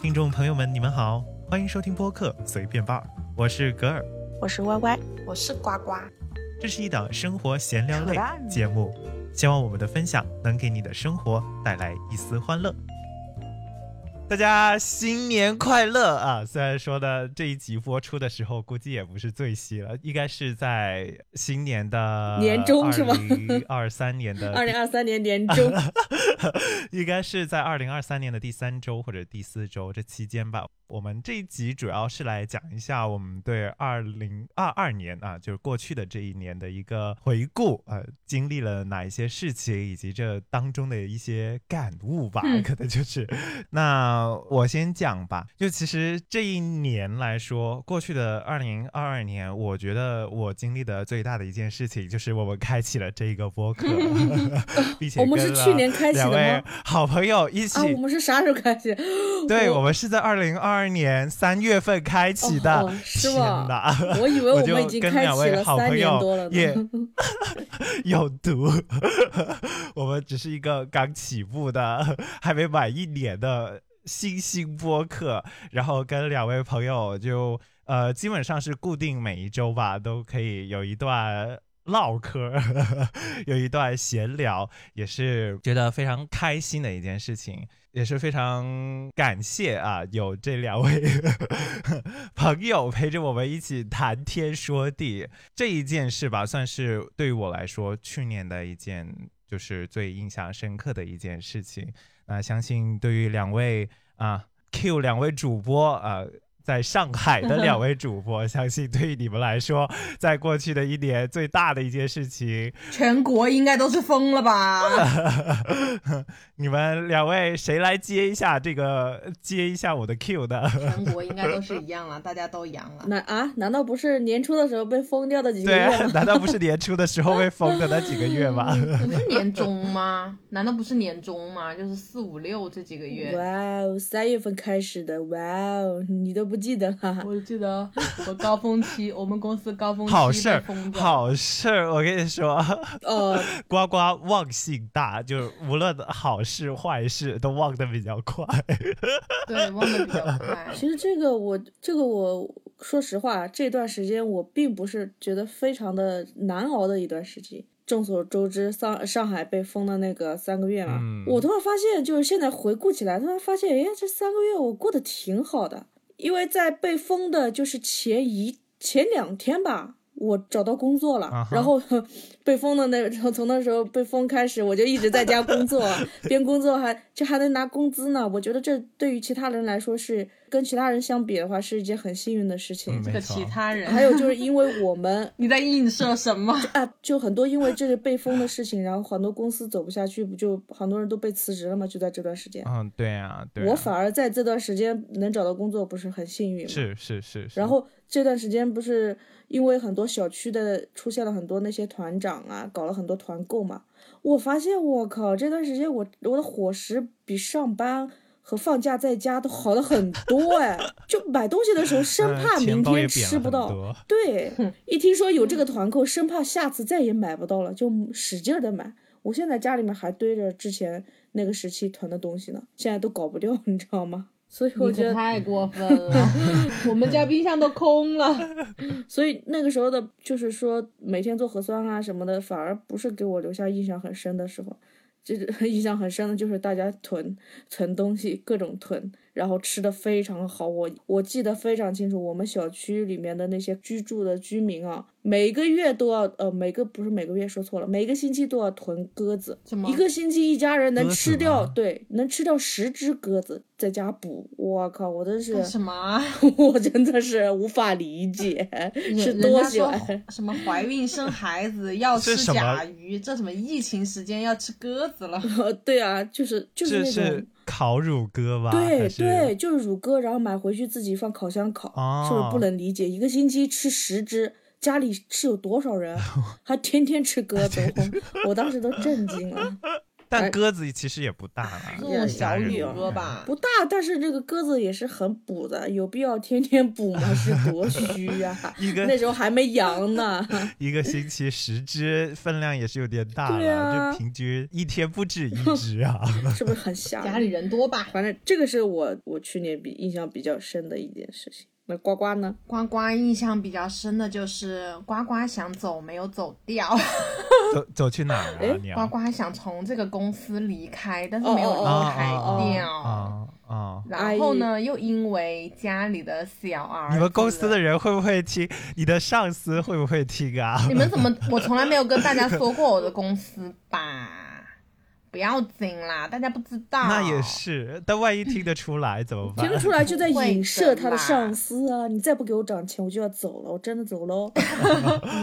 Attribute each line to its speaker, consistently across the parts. Speaker 1: 听众朋友们，你们好，欢迎收听播客随便吧，我是格尔，
Speaker 2: 我是歪歪，
Speaker 3: 我是呱呱。
Speaker 1: 这是一档生活闲聊类节目，希望我们的分享能给你的生活带来一丝欢乐。大家新年快乐啊！虽然说呢，这一集播出的时候估计也不是最新了，应该是在新年的
Speaker 2: 年终是吗？
Speaker 1: 二三年 的
Speaker 2: 二零二三年年 中。
Speaker 1: 应该是在二零二三年的第三周或者第四周这期间吧。我们这一集主要是来讲一下我们对二零二二年啊，就是过去的这一年的一个回顾啊、呃，经历了哪一些事情，以及这当中的一些感悟吧。嗯、可能就是那我先讲吧。就其实这一年来说，过去的二零二二年，我觉得我经历的最大的一件事情就是我们开启了这个播 客，并且
Speaker 2: 我们是去年开启的吗？
Speaker 1: 好朋友一起、啊，
Speaker 2: 我们是啥时候开 启？
Speaker 1: 对，我们是在二零二二年三月份开启的，
Speaker 2: 哦哦、是
Speaker 1: 吗？
Speaker 2: 我以为
Speaker 1: 我
Speaker 2: 们已经开启了三年多了，
Speaker 1: 也 有毒。 我们只是一个刚起步的，还没满一年的新兴播客，然后跟两位朋友就呃，基本上是固定每一周吧，都可以有一段。唠嗑， 有一段闲聊，也是觉得非常开心的一件事情，也是非常感谢啊，有这两位 朋友陪着我们一起谈天说地这一件事吧，算是对于我来说去年的一件就是最印象深刻的一件事情。那相信对于两位啊，Q 两位主播啊。在上海的两位主播，相信对于你们来说，在过去的一年最大的一件事情，
Speaker 3: 全国应该都是疯了吧？
Speaker 1: 你们两位谁来接一下这个？接一下我的 Q 的？
Speaker 3: 全国应该都是一样了， 大家都阳了。
Speaker 2: 难啊？难道不是年初的时候被封掉的几个
Speaker 1: 月？对， 难道不是年初的时候被封的那几个月吗？
Speaker 2: 嗯
Speaker 3: 不是年终吗？ 难道不是年终吗？就是四五六这几个月。
Speaker 2: 哇哦，三月份开始的，哇哦，你都不。记得 了，
Speaker 3: 我记得我高峰期， 我们公司高
Speaker 2: 嗯
Speaker 3: 峰 期
Speaker 1: 好事儿，好事儿，我跟你说，
Speaker 2: 哦
Speaker 1: 呃，呱呱忘性大，就是无论好事坏事都忘得比较 快，
Speaker 3: 对，忘得比较 快。
Speaker 2: 其实这个我，这个我说实话，这段时间我并不是觉得非常的难熬的一段时期。众所周知，上上海被封的那个三个月嘛，嗯、我突然发现，就是现在回顾起来，突然发现，哎，这三个月我过得挺好的。因为在被封的，就是前一前两天吧，我找到工作了，uh huh. 然后被封的那从那时候被封开始，我就一直在家工作，边工作还这还能拿工资呢。我觉得这对于其他人来说是跟其他人相比的话，是一件很幸运的事情。
Speaker 1: 嗯
Speaker 3: 这个其他人，
Speaker 2: 还有就是因为我们
Speaker 3: 你在映射什么？
Speaker 2: 啊，就很多因为这是被封的事情，然后很多公司走不下去，不就很多人都被辞职了嘛？就在这段时间。
Speaker 1: 嗯，对啊，对
Speaker 2: 啊。我反而在这段时间能找到工作，不是很幸运吗？
Speaker 1: 是是是。
Speaker 2: 然后这段时间不是。因为很多小区的出现了很多那些团长啊，搞了很多团购嘛。我发现我靠，这段时间我我的伙食比上班和放假在家都好了很多哎。就买东西的时候 生
Speaker 1: 啊
Speaker 2: 怕明天吃不到，
Speaker 1: 嗯、
Speaker 2: 对，一听说有这个团购，生怕下次再也买不到了，就使劲的买。我现在家里面还堆着之前那个时期囤的东西呢，现在都搞不掉，你知道吗？ 所以 我觉得
Speaker 3: 太过分 了，我们家冰箱都空了。
Speaker 2: 所以那个时候的，就是说每天做核酸啊什么的，反而不是给我留下印象很深的时候。就是 印象很深的就是大家囤囤东西，各种囤，然后吃的非常好。我我记得非常清楚，我们小区里面的那些居住的居民啊，每个月都要呃，每个不是每个月说错了，每个星期都要囤鸽子。一个星期一家人能吃掉，对，能吃掉十只鸽子，在家捕。我靠，我真是
Speaker 3: 什么？
Speaker 2: 我真的是无法理解， 是多喜欢
Speaker 3: 什么怀孕生孩子要吃甲鱼，这什么疫情时间要吃鸽子。死了，
Speaker 2: 对啊，就是就是那
Speaker 1: 种烤乳鸽吧？
Speaker 2: 对对，就是乳鸽，然后买回去自己放烤箱烤，哦、是不是不能理解？一个星期吃十只，家 啊里是有多少人？还天天吃鸽子，我当时都震惊了。
Speaker 1: 但鸽子其实也不大了，
Speaker 3: 那种小
Speaker 1: 女
Speaker 3: 鸽吧，
Speaker 2: 不大，但是这个鸽子也是很补的，有必要天天补吗？是多虚啊！
Speaker 1: 一个
Speaker 2: 那时候还没阳呢，
Speaker 1: 一个星期十只，分量也是有点大了，
Speaker 2: 对啊
Speaker 1: 这平均一天不止一只啊。
Speaker 2: 是不是很吓人？
Speaker 3: 家里人多吧？
Speaker 2: 反正这个是我我去年比印象比较深的一件事情。那呱呱呢？
Speaker 3: 呱呱印象比较深的就是呱呱想走没有走掉，
Speaker 1: 哎走走去哪儿啊？
Speaker 2: 哎
Speaker 1: 你
Speaker 3: 呱
Speaker 1: 啊
Speaker 3: 呱想从这个公司离开，但是没有
Speaker 2: 哦
Speaker 1: 啊
Speaker 3: 离开
Speaker 1: 啊
Speaker 3: 掉。
Speaker 1: 啊啊！
Speaker 3: 然后呢，又因为家里的小儿，
Speaker 1: 你们公司的，人会不会听？你的上司会不会听啊？
Speaker 3: 你们怎么？我从来没有跟大家说过我的公司吧？不要紧啦，大家不知 道。
Speaker 1: 那也是，但万一听得出来怎么
Speaker 2: 听
Speaker 1: 办
Speaker 2: 得？出来就在影射他 的
Speaker 3: 会的啦
Speaker 2: 上司啊！你再不给我涨钱，我就要走了，我哦真的走喽。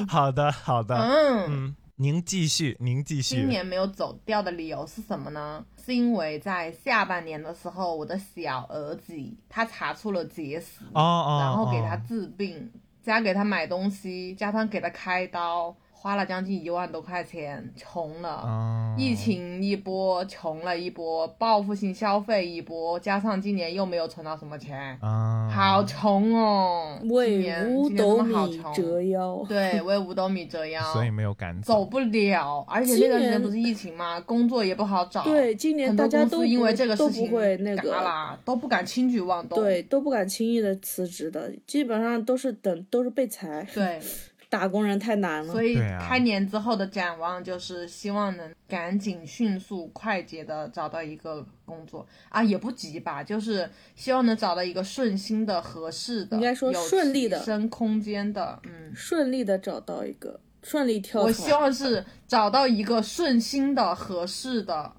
Speaker 1: 好的，好的，
Speaker 3: 嗯，
Speaker 1: 嗯，您继续，您继
Speaker 3: 今
Speaker 1: 续。
Speaker 3: 年没有走掉的理由是什么呢？是因为在下半年的时候，我的小儿子他查出了结石，
Speaker 1: 哦哦，
Speaker 3: 然后给他
Speaker 1: 哦
Speaker 3: 治病，加给他买东西，加上给他开刀，花了将近一万多块钱，穷了。
Speaker 1: 哦
Speaker 3: 疫情一波，穷了一波，报复性消费一波，加上今年又没有存到什么钱，
Speaker 1: 啊，
Speaker 3: 好穷哦！今
Speaker 2: 为
Speaker 3: 年
Speaker 2: 五
Speaker 3: 今年真
Speaker 2: 斗
Speaker 3: 的好
Speaker 2: 米
Speaker 3: 穷
Speaker 2: 折腰，
Speaker 3: 对，为五斗米折腰，
Speaker 1: 所以没有赶
Speaker 3: 走不了。而且那段时间不是疫情嘛，工作也不好找，
Speaker 2: 呃对，，今年
Speaker 3: 很
Speaker 2: 大
Speaker 3: 多
Speaker 2: 家
Speaker 3: 公
Speaker 2: 都
Speaker 3: 司因为
Speaker 2: 不
Speaker 3: 这个
Speaker 2: 都
Speaker 3: 事
Speaker 2: 不
Speaker 3: 情
Speaker 2: 会那个
Speaker 3: 嘎啦，都不敢轻举妄动。
Speaker 2: 对，都不敢轻易的辞职的，基本上都是等都是被裁。
Speaker 3: 对，
Speaker 2: 打工人太难了。
Speaker 3: 所以
Speaker 1: 对啊
Speaker 3: 开年之后的展望就是希望能赶紧、迅速、快捷的找到一个工作啊，也不急吧，就是希望能找到一个顺心的、合适的，
Speaker 2: 应该说
Speaker 3: 有
Speaker 2: 顺利的
Speaker 3: 提升空间的。嗯，
Speaker 2: 顺利的找到一个，顺利跳槽。
Speaker 3: 我希望是找到一个顺心的、合适的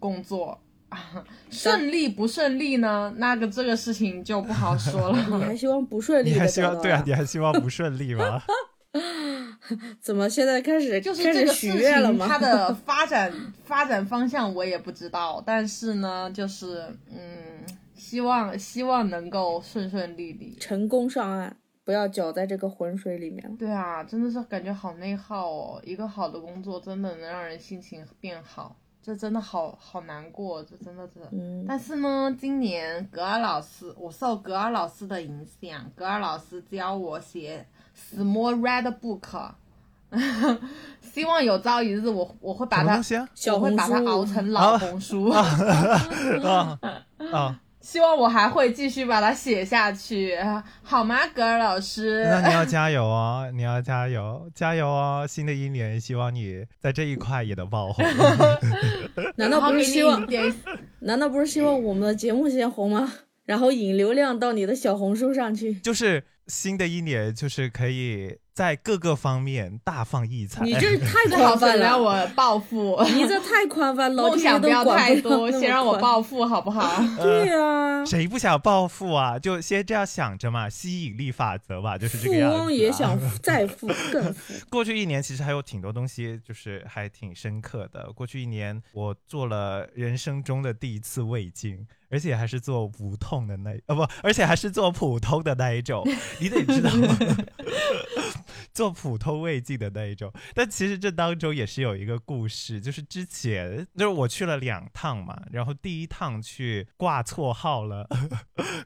Speaker 3: 工作。啊，顺利不顺利呢？那个这个事情就不好 说
Speaker 2: 你
Speaker 3: 了。
Speaker 2: 还希望不顺利
Speaker 1: 你
Speaker 2: 的
Speaker 1: 还希
Speaker 2: 找
Speaker 1: 望
Speaker 2: 到
Speaker 1: 对啊？你还希望不顺利吗？
Speaker 2: 怎么现在开始
Speaker 3: 就是
Speaker 2: 开
Speaker 3: 这
Speaker 2: 始
Speaker 3: 个
Speaker 2: 许
Speaker 3: 事
Speaker 2: 愿了
Speaker 3: 情，
Speaker 2: 吗？
Speaker 3: 它的发展 发展方向我也不知道，但是呢，就是嗯，希望希望能够顺顺利利。
Speaker 2: 成功上岸，不要搅在这个浑水里面了。
Speaker 3: 对啊，真的是感觉好内耗哦。一个好的工作真的能让人心情变好，这真的好好难过，这真的是。
Speaker 2: 嗯，
Speaker 3: 但是呢，今年格尔老师，我受格尔老师的影响，格尔老师教我写 Small Red Book，希望有朝一日我我会
Speaker 1: 什
Speaker 3: 把
Speaker 1: 么
Speaker 3: 它
Speaker 1: 东西啊？
Speaker 2: 小
Speaker 3: 我会
Speaker 2: 红
Speaker 3: 把它
Speaker 2: 书
Speaker 3: 熬成老红书，
Speaker 1: 啊 啊！
Speaker 3: 希望我还会继续把它写下去，好吗，格尔老师？
Speaker 1: 那你要加油哦，你要加油，加油哦！新的一年，希望你在这一块也能爆红。
Speaker 2: 难
Speaker 3: 然
Speaker 2: 道
Speaker 3: 后
Speaker 2: 不
Speaker 3: 给
Speaker 2: 是
Speaker 3: 你
Speaker 2: 希望
Speaker 3: 一？点，
Speaker 2: 难道不是希望我们的节目先红吗？然后引流量到你的小红书上去？
Speaker 1: 就是新的一年，就是可以在各个方面大放异彩。
Speaker 2: 你 这太
Speaker 3: 哎最好
Speaker 2: 宽
Speaker 3: 是
Speaker 2: 泛
Speaker 3: 让
Speaker 2: 了，
Speaker 3: 我暴富，
Speaker 2: 你这太宽泛，老
Speaker 3: 梦
Speaker 2: 天爷
Speaker 3: 想
Speaker 2: 都
Speaker 3: 要
Speaker 2: 管
Speaker 3: 太
Speaker 2: 了
Speaker 3: 多，
Speaker 2: 那么
Speaker 3: 先让我
Speaker 2: 宽
Speaker 3: 暴富好不好？
Speaker 2: 对啊，
Speaker 1: 呃谁不想暴富啊？就先这样想着嘛，吸引力法则嘛，就是这
Speaker 2: 富
Speaker 1: 个样子、啊。
Speaker 2: 翁也 想再富更富。
Speaker 1: 过去一年其实还有挺多东西，就是还挺深刻的。过去一年，我做了人生中的第一次胃镜，而且还是做无痛的那呃不，而且还是做普通的那一种。你得知道， 做普通胃镜的那一种。但其实这当中也是有一个故事，就是之前就是我去了两趟嘛，然后第一趟去挂错号了，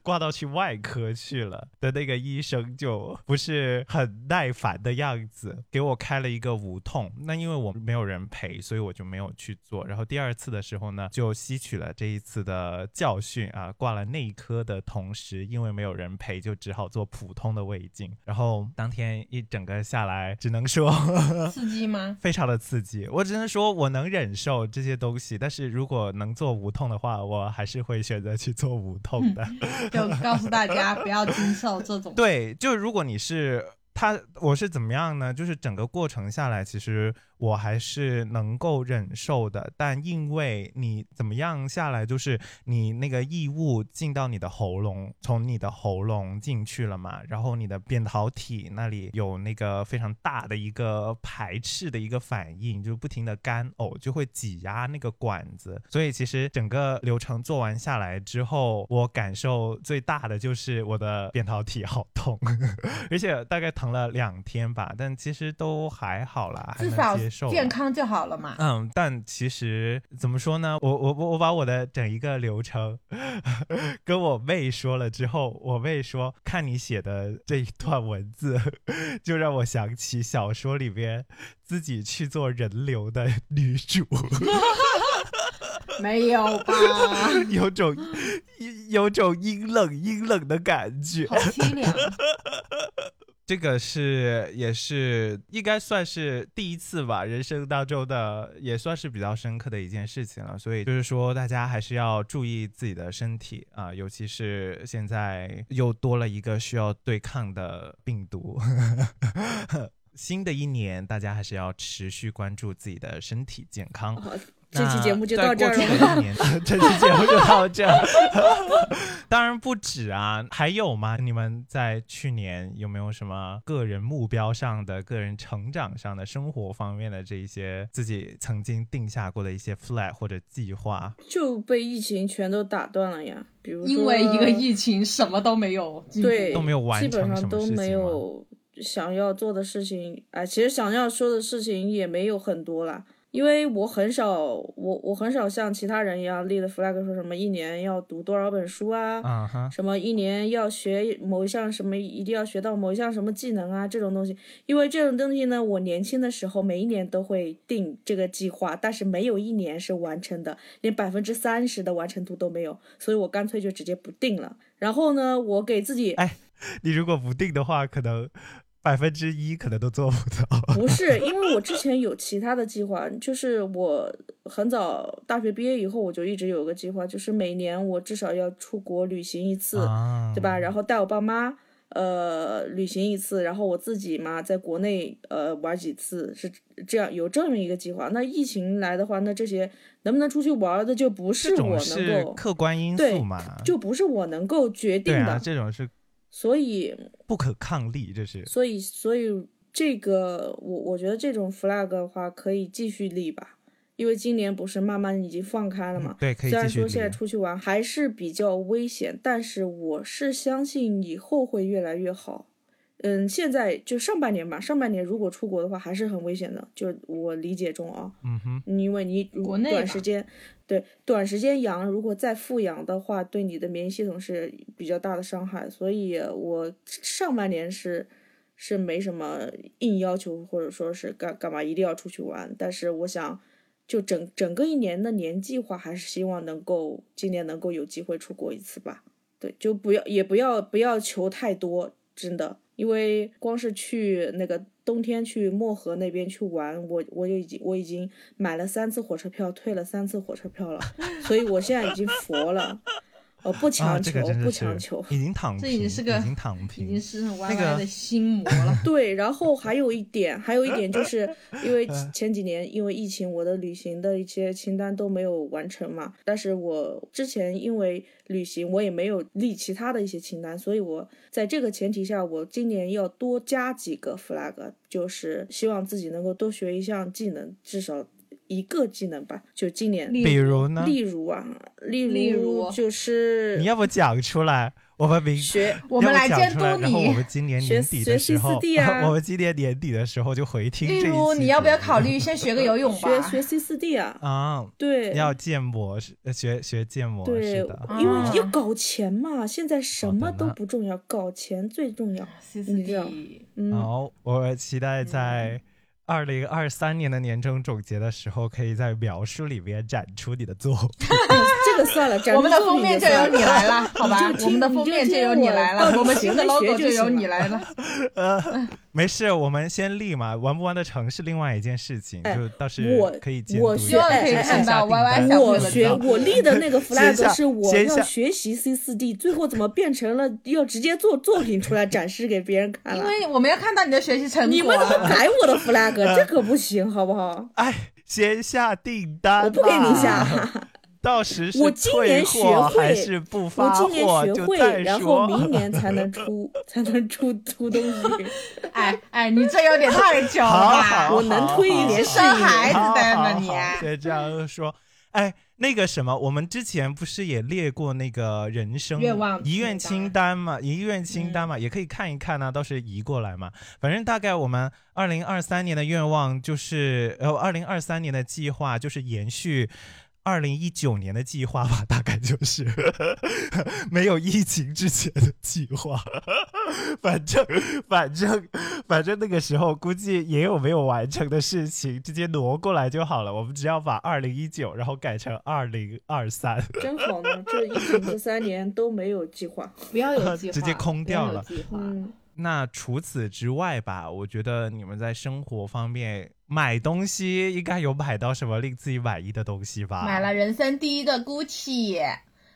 Speaker 1: 挂到去外科去了的那个医生就不是很耐烦的样子，给我开了一个无痛。那因为我没有人陪，所以我就没有去做。然后第二次的时候呢，就吸取了这一次的教训啊，挂了内科的同时，因为没有人陪，就只好做普通的胃镜。然后当天一整个下来，只能说
Speaker 3: 刺激吗？
Speaker 1: 非常的刺激。我只能说我能忍受这些东西，但是如果能做无痛的话，我还是会选择去做无痛的。
Speaker 3: 就告诉大家不要经受 这种。
Speaker 1: 对，就如果你是他，我是怎么样呢？就是整个过程下来，其实我还是能够忍受的。但因为你怎么样下来，就是你那个异物进到你的喉咙，从你的喉咙进去了嘛，然后你的扁桃体那里有那个非常大的一个排斥的一个反应，就不停的干呕，就会挤压那个管子。所以其实整个流程做完下来之后，我感受最大的就是我的扁桃体好痛，而且大概疼疼了两天吧，但其实都还好啦，还
Speaker 3: 至
Speaker 1: 能
Speaker 3: 少
Speaker 1: 接受啊
Speaker 3: 健
Speaker 1: 啦
Speaker 3: 康就好了嘛。
Speaker 1: 嗯，但其实怎么说呢？我我我我把我的整一个流程 跟我妹说了之后，我妹说看你写的这一段文字， 就让我想起小说里边自己去做人流的女主，
Speaker 3: 没有 吧？
Speaker 1: 有种有种阴冷阴冷的感觉。
Speaker 3: 好凄凉。
Speaker 1: 这个是也是应该算是第一次吧，人生当中的也算是比较深刻的一件事情了。所以就是说，大家还是要注意自己的身体啊、尤其是现在又多了一个需要对抗的病毒。 新的一年，大家还是要持续关注自己的身体健康。
Speaker 2: 好，这期节目就到这儿
Speaker 1: 那在过去
Speaker 2: 了。
Speaker 1: 的一年 这期节目就到这 儿。当然不止啊，还有吗？你们在去年有没有什么个人目标上的、个人成长上的、生活方面的这一些自己曾经定下过的一些 flag 或者计划？
Speaker 2: 就被疫情全都打断了呀，比如说
Speaker 3: 因为 一个疫情，什么都没有进步。
Speaker 2: 对
Speaker 1: 都没有完
Speaker 2: 基
Speaker 1: 成
Speaker 2: 本
Speaker 1: 什
Speaker 2: 上
Speaker 1: 么
Speaker 2: 都
Speaker 1: 事
Speaker 2: 没
Speaker 1: 情吗？
Speaker 2: 有想要做的事情，哎，其实想要说的事情也没有很多啦。因为我很少，我我很少像其他人一样立了 flag，说什么一年要读多少本书啊，
Speaker 1: 嗯哼，
Speaker 2: 什么一年要学某一项什么，一定要学到某一项什么技能啊，这种东西。因为这种东西呢，我年轻的时候每一年都会定这个计划，但是没有一年是完成的，连百分之三十的完成度都没有，所以我干脆就直接不定了。然后呢，我给自己
Speaker 1: 你如果不定的话，可能百分之一可能都做不到。
Speaker 2: 不是，因为我之前有其他的计划，就是我很早大学毕业以后，我就一直有个计划，就是每年我至少要出国旅行一次，
Speaker 1: 啊
Speaker 2: 对吧？然后带我爸妈呃旅行一次，然后我自己嘛在国内呃玩几次，是这样有这么一个计划。那疫情来的话，那这些能不能出去玩的就不是
Speaker 1: 这
Speaker 2: 我
Speaker 1: 种
Speaker 2: 能
Speaker 1: 是
Speaker 2: 够，
Speaker 1: 客观因
Speaker 2: 对
Speaker 1: 素嘛？
Speaker 2: 就不是我能够决
Speaker 1: 对
Speaker 2: 定的，
Speaker 1: 啊，这种是
Speaker 2: 所以
Speaker 1: 不可抗力，这是。
Speaker 2: 所以，所以这个我我觉得这种 flag 的话可以继续立吧，因为今年不是慢慢已经放开了嘛。
Speaker 1: 对，可以
Speaker 2: 虽然
Speaker 1: 继续
Speaker 2: 说现在
Speaker 1: 理。
Speaker 2: 出去玩还是比较危险，但是我是相信以后会越来越好。嗯，现在就上半年吧，上半年如果出国的话还是很危险的，就我理解中啊。
Speaker 1: 嗯哼，
Speaker 2: 因为你如
Speaker 3: 国内
Speaker 2: 短
Speaker 3: 吧
Speaker 2: 时间，对短时间阳，如果再复阳的话，对你的免疫系统是比较大的伤害。所以我上半年是是没什么硬要求，或者说是干干嘛一定要出去玩。但是我想，就整整个一年的年计划，还是希望能够今年能够有机会出国一次吧。对，就不要也不要不要求太多，真的，因为光是去那个冬天去漠河那边去玩，我我就已经我已经买了三次火车票，退了三次火车票了，所以我现在已经佛了，我不
Speaker 1: 啊，
Speaker 2: 强
Speaker 1: 这
Speaker 2: 求，
Speaker 1: 个真
Speaker 2: 不
Speaker 1: 的
Speaker 2: 强
Speaker 1: 是
Speaker 2: 求。。
Speaker 1: 已经躺平，
Speaker 3: 这已经是个
Speaker 1: 已经躺
Speaker 3: 已
Speaker 1: 平，
Speaker 3: 经是
Speaker 1: 那
Speaker 3: YY
Speaker 1: 个
Speaker 3: 的心魔了
Speaker 2: 对，然后还有一点，还有一点就是因为
Speaker 1: 嗯
Speaker 2: 前几年因为疫情，我的旅行的一些清单都没有完成嘛。但是我之前因为旅行，我也没有立其他的一些清单，所以我在这个前提下，我今年要多加几个 flag，就是希望自己能够多学一项技能，至少一个技能吧。就今年，
Speaker 1: 比如呢？
Speaker 2: 例如啊，例如
Speaker 3: 例如
Speaker 2: 就是
Speaker 1: 你要不讲出来，我们明
Speaker 2: 学
Speaker 3: 我们
Speaker 1: 要不
Speaker 3: 来
Speaker 1: 讲
Speaker 3: 监
Speaker 1: 出
Speaker 3: 督
Speaker 1: 来然后我
Speaker 3: 你
Speaker 1: 们，今年
Speaker 2: 学
Speaker 1: 年底
Speaker 2: 学
Speaker 1: 的
Speaker 2: 习
Speaker 1: 时候
Speaker 2: 四 D 啊
Speaker 1: 我们今年年底的时候就回听
Speaker 3: 例
Speaker 1: 这一
Speaker 3: 如
Speaker 1: 期
Speaker 3: 你要不要
Speaker 1: 节目
Speaker 3: 考虑先学个游泳吧？
Speaker 2: 学学 C 四 D 啊，
Speaker 1: 啊？
Speaker 2: 对，
Speaker 1: 要建模是呃学学建模
Speaker 2: 对
Speaker 1: 是的，，
Speaker 2: 因
Speaker 3: 啊
Speaker 2: 为要搞钱嘛，现在什么都
Speaker 1: 呢
Speaker 2: 不重要，搞钱最重要。
Speaker 3: C
Speaker 2: 你这样
Speaker 3: D，
Speaker 2: 嗯，
Speaker 1: 好，我期待
Speaker 3: 嗯
Speaker 1: 在二零二三年的年终总结的时候，可以在描述里面展出你的作品。
Speaker 2: 哎这个算 了，展
Speaker 3: 我们的
Speaker 2: 示作
Speaker 3: 封
Speaker 2: 品
Speaker 3: 面
Speaker 2: 也
Speaker 3: 就由
Speaker 2: 算
Speaker 3: 你
Speaker 2: 了
Speaker 3: 来 了，好吧
Speaker 2: 你？就
Speaker 3: 我们的
Speaker 2: 听
Speaker 3: 封
Speaker 2: 你就
Speaker 3: 面就
Speaker 2: 听
Speaker 3: 由你
Speaker 2: 我
Speaker 3: 来
Speaker 2: 到
Speaker 3: 了，
Speaker 2: 底
Speaker 3: 我们
Speaker 2: 谁
Speaker 3: 新
Speaker 2: 会
Speaker 3: 的 logo
Speaker 2: 学就
Speaker 3: 就由
Speaker 2: 行
Speaker 3: 你
Speaker 2: 了
Speaker 3: 来了。
Speaker 1: 没事，我们先立嘛，完不完得成是另外一件事情，
Speaker 2: 哎
Speaker 1: 就到时
Speaker 2: 我
Speaker 1: 可以监
Speaker 2: 我
Speaker 1: 督一
Speaker 2: 希
Speaker 1: 下。
Speaker 2: 望可以
Speaker 1: 先
Speaker 2: 看
Speaker 1: 下
Speaker 3: 到
Speaker 1: 订
Speaker 3: YY
Speaker 1: 单
Speaker 2: 我
Speaker 3: 小朋友的
Speaker 2: 学
Speaker 3: 账
Speaker 2: 我立 的那个
Speaker 1: 下
Speaker 2: flag 是我
Speaker 1: 先下
Speaker 2: 要学习 C 四 D，最后怎么变成了要直接做作品出来展示给别人看
Speaker 3: 因
Speaker 2: 了？
Speaker 3: 为我们要看到你的学习成
Speaker 2: 你
Speaker 3: 果
Speaker 2: 们怎么
Speaker 3: 啊。
Speaker 2: 改我的 flag？这 可不行，好不好？
Speaker 1: 哎，先下订单吧，
Speaker 2: 我不给你下，
Speaker 1: 到时是
Speaker 2: 我今
Speaker 1: 退
Speaker 2: 年学
Speaker 1: 货
Speaker 2: 会
Speaker 1: 还是不
Speaker 2: 我
Speaker 1: 发
Speaker 2: 今
Speaker 1: 货
Speaker 2: 年学
Speaker 1: 就
Speaker 2: 会，
Speaker 1: 再
Speaker 2: 然后
Speaker 1: 说。
Speaker 2: 明年 才能出，才能出出东 西。
Speaker 3: 哎哎，你这有点太久了
Speaker 1: 好
Speaker 3: 吧
Speaker 1: 好，
Speaker 2: 我能推一
Speaker 1: 好
Speaker 2: 年
Speaker 1: 好
Speaker 2: 是一
Speaker 3: 生
Speaker 2: 年。
Speaker 3: 孩子的呢
Speaker 1: 好好
Speaker 3: 你啊
Speaker 1: 好先这样说。哎，那个什么，我们之前不是也列过那个人生
Speaker 3: 愿望
Speaker 1: 遗愿清
Speaker 3: 清
Speaker 1: 单嘛，遗愿清单嘛，也可以看一看啊，到时候移过来嘛。反正大概我们二零二三年的愿望就是，呃，二零二三年的计划就是延续。二零一九年的计划吧，大概就是 没有疫情之前的计划。 反正，反正，反正那个时候估计也有没有完成的事情，直接挪过来就好了。我们只要把二零一九，然后改成二零二三，
Speaker 2: 真好呢，这疫情这三年都没有计划。
Speaker 3: 不要有计划，
Speaker 1: 直接空掉了
Speaker 3: 不要有计划，
Speaker 2: 嗯，
Speaker 1: 那除此之外吧，我觉得你们在生活方面买东西应该有买到什么令自己满意的东西吧？
Speaker 3: 买了人生第一个 GUCCI，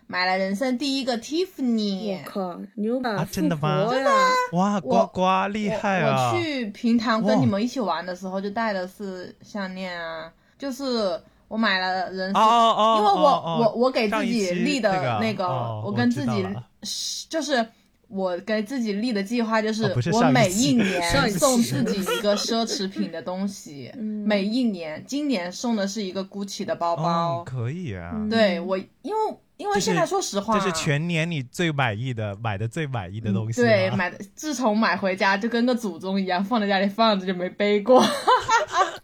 Speaker 3: 买了人生第一个 Tiffany，
Speaker 2: 我靠，牛马
Speaker 1: 啊
Speaker 2: 富
Speaker 1: 真的吗
Speaker 2: 婆呀！
Speaker 1: 哇，呱
Speaker 3: 我
Speaker 1: 呱厉害啊！
Speaker 3: 我！我去平潭跟
Speaker 1: 哇
Speaker 3: 你们一起玩的时候，就带的是项链啊，就是我买了人
Speaker 1: 哦
Speaker 3: 生，
Speaker 1: 哦哦，
Speaker 3: 因为我、
Speaker 1: 哦哦
Speaker 3: 我我给
Speaker 1: 上
Speaker 3: 自
Speaker 1: 一
Speaker 3: 己
Speaker 1: 期
Speaker 3: 立的
Speaker 1: 那个哦
Speaker 3: 我跟
Speaker 1: 我知
Speaker 3: 自
Speaker 1: 道
Speaker 3: 己
Speaker 1: 了
Speaker 3: 是就是。我给自己立的计划就是
Speaker 1: 哦不是，
Speaker 3: 我
Speaker 1: 上一
Speaker 3: 每
Speaker 1: 期
Speaker 2: 上
Speaker 3: 年
Speaker 2: 一期，
Speaker 3: 送自己一个奢侈品的东西
Speaker 2: 嗯
Speaker 3: 每一年，今年送的是一个 GUCCI 的包
Speaker 1: 哦
Speaker 3: 包，，
Speaker 1: 可以啊。
Speaker 2: 嗯
Speaker 3: 对我，因为因为
Speaker 1: 这是
Speaker 3: 现在说实话，啊嗯
Speaker 1: 这是全年你最满意的、买的最满意的东西、吗
Speaker 3: 对，买的，自从买回家就跟个祖宗一样，放在家里放着就没背过。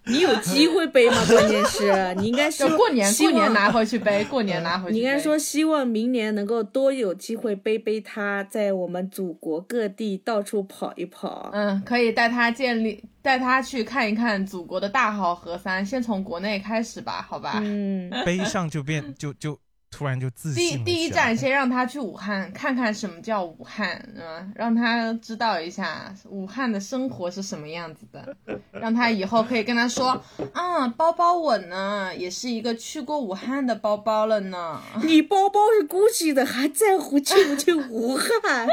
Speaker 2: 你有机会背吗？关键是你应该
Speaker 3: 就
Speaker 2: 说
Speaker 3: 过年
Speaker 2: 希
Speaker 3: 过
Speaker 2: 望
Speaker 3: 年拿回去背，过年拿回去
Speaker 2: 你
Speaker 3: 背。
Speaker 2: 应该说希望明年能够多有机会背背它，在我们祖国各地到处跑一跑。
Speaker 3: 嗯，可以带他建立，带他去看一看祖国的大好河山，先从国内开始吧，好吧？
Speaker 2: 嗯，
Speaker 1: 背上就变就就突然就自
Speaker 3: 第
Speaker 1: 信了
Speaker 3: 第一
Speaker 1: 起来
Speaker 3: 站先让他去武汉看看什么叫武汉，嗯，让他知道一下武汉的生活是什么样子的，让他以后可以跟他说，啊、包包我呢也是一个去过武汉的包包了呢。
Speaker 2: 你包包是 GUCCI 的，还在乎去不去 武汉？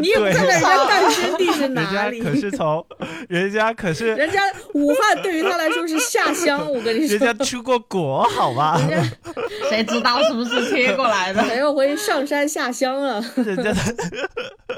Speaker 2: 你也不
Speaker 1: 对
Speaker 2: 看看人家诞生地是
Speaker 1: 人
Speaker 2: 哪
Speaker 1: 家
Speaker 2: 里？
Speaker 1: 可是从，人家可 是
Speaker 2: 人家武汉对于他来说是下乡，我跟你
Speaker 1: 人
Speaker 2: 说
Speaker 1: 家，出过国，好吧？
Speaker 3: 谁知道是不是贴过来的？
Speaker 2: 还要回上山下乡了。
Speaker 1: 人家在，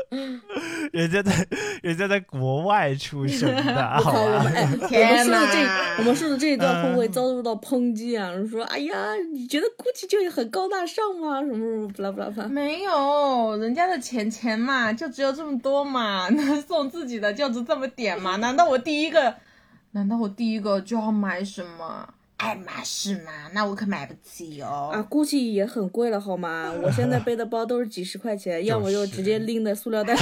Speaker 1: 人家在，人家在国外出生的， 好
Speaker 2: 好，我
Speaker 1: 吧
Speaker 2: 们？ 哎，我们
Speaker 3: 天
Speaker 2: 说的
Speaker 3: 哪
Speaker 2: 这，我们说的这一段会不会
Speaker 1: 嗯
Speaker 2: 遭受到抨击啊？说，哎呀，你觉得 GUCCI 就很高大上吗？什么什么，不啦不啦不啦。
Speaker 3: 没有，人家的钱钱嘛，就只有这么多嘛， 能送自己的就只这么点嘛？难道我第一个，难道我第一个就要买什么爱马仕吗？那我可买不起哦。
Speaker 2: 啊，GUCCI 也很贵了好吗？我现在背的包都是几十块钱，要么就直接拎的塑料袋。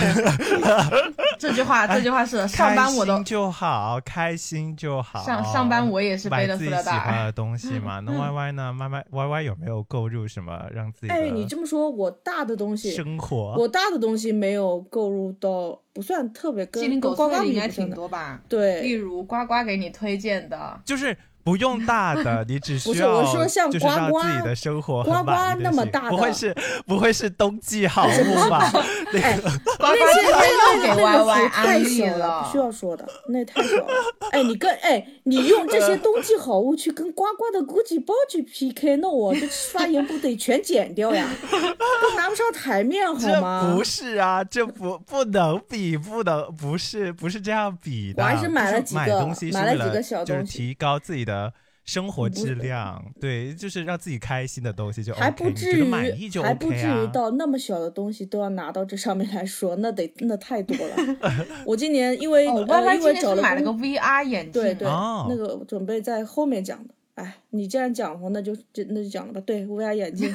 Speaker 3: 这句
Speaker 2: 哎
Speaker 3: 话，这句话是上班我
Speaker 1: 开
Speaker 3: 都
Speaker 1: 心就好，开心就好。
Speaker 3: 上上班我也是背
Speaker 1: 买
Speaker 3: 着
Speaker 1: 自
Speaker 3: 塑
Speaker 1: 己
Speaker 3: 料
Speaker 1: 喜欢
Speaker 3: 袋，
Speaker 1: 的东西 嘛。
Speaker 2: 嗯
Speaker 1: 那 Y Y 呢？慢慢 Y Y 有没有购入什么让自己
Speaker 2: 哎，你
Speaker 1: 的
Speaker 2: 这么说，我大的东西，
Speaker 1: 生活？
Speaker 2: 我大的东西没有购入到，不算特别跟
Speaker 3: 鸡零狗
Speaker 2: 跟高
Speaker 3: 碎
Speaker 2: 高
Speaker 3: 的应
Speaker 2: 比
Speaker 3: 该
Speaker 2: 不算
Speaker 3: 挺
Speaker 2: 的。
Speaker 3: 多吧？例
Speaker 2: 对，
Speaker 3: 如呱呱给你推荐的，
Speaker 1: 就是不用大 的，你只
Speaker 2: 不
Speaker 1: 需
Speaker 2: 是我
Speaker 1: 要
Speaker 2: 说像
Speaker 1: 就是让
Speaker 2: 呱呱
Speaker 1: 自己的生活
Speaker 2: 呱
Speaker 1: 很满
Speaker 2: 呱
Speaker 1: 意
Speaker 2: 那
Speaker 1: 就
Speaker 2: 么
Speaker 1: 行
Speaker 2: 大
Speaker 1: 不
Speaker 2: 的
Speaker 1: 会是不会是冬季好 物吧？
Speaker 2: 哎，
Speaker 3: 呱呱
Speaker 2: 那
Speaker 3: 今
Speaker 2: 些那
Speaker 3: 天
Speaker 2: 个
Speaker 3: 又给
Speaker 2: 那
Speaker 3: 歪
Speaker 2: 个
Speaker 3: 歪
Speaker 2: 幅
Speaker 3: 安
Speaker 2: 太
Speaker 3: 利哦
Speaker 2: 小了，不需要说的，那太小了。哎，你跟哎，你用这些冬季好物去跟呱呱的 GUCCI 包去 PK，那我这发言不得全剪掉呀？都拿不上台面好
Speaker 1: 这
Speaker 2: 吗
Speaker 1: 不？是啊，这不不能比，不能不是不是这样比的。
Speaker 2: 我还是买了
Speaker 1: 就
Speaker 2: 几
Speaker 1: 买
Speaker 2: 个
Speaker 1: 东西是
Speaker 2: 买了
Speaker 1: 为
Speaker 2: 几个小
Speaker 1: 就是
Speaker 2: 东西
Speaker 1: 提高自己的生活
Speaker 2: 不
Speaker 1: 质量，对，就是让自己开心的东西就 OK，
Speaker 2: 还不
Speaker 1: 你觉
Speaker 2: 至
Speaker 1: 得
Speaker 2: 于，
Speaker 1: 满意就
Speaker 2: 还不
Speaker 1: OK
Speaker 2: 至
Speaker 1: 啊。
Speaker 2: 于到那么小的东西都要拿到这上面来说，那得那太多 了。我今年因为、
Speaker 3: 哦，歪
Speaker 2: 呃
Speaker 3: 歪
Speaker 2: 因
Speaker 3: 今
Speaker 2: 为
Speaker 3: 天
Speaker 2: 找
Speaker 3: 是
Speaker 2: 了
Speaker 3: 买了
Speaker 2: 工
Speaker 3: 个 VR 眼镜，
Speaker 2: 对对，
Speaker 1: 哦
Speaker 2: 那个准备在后面讲的。哎，你既然讲了，那就就那就讲了吧。对，VR 眼镜，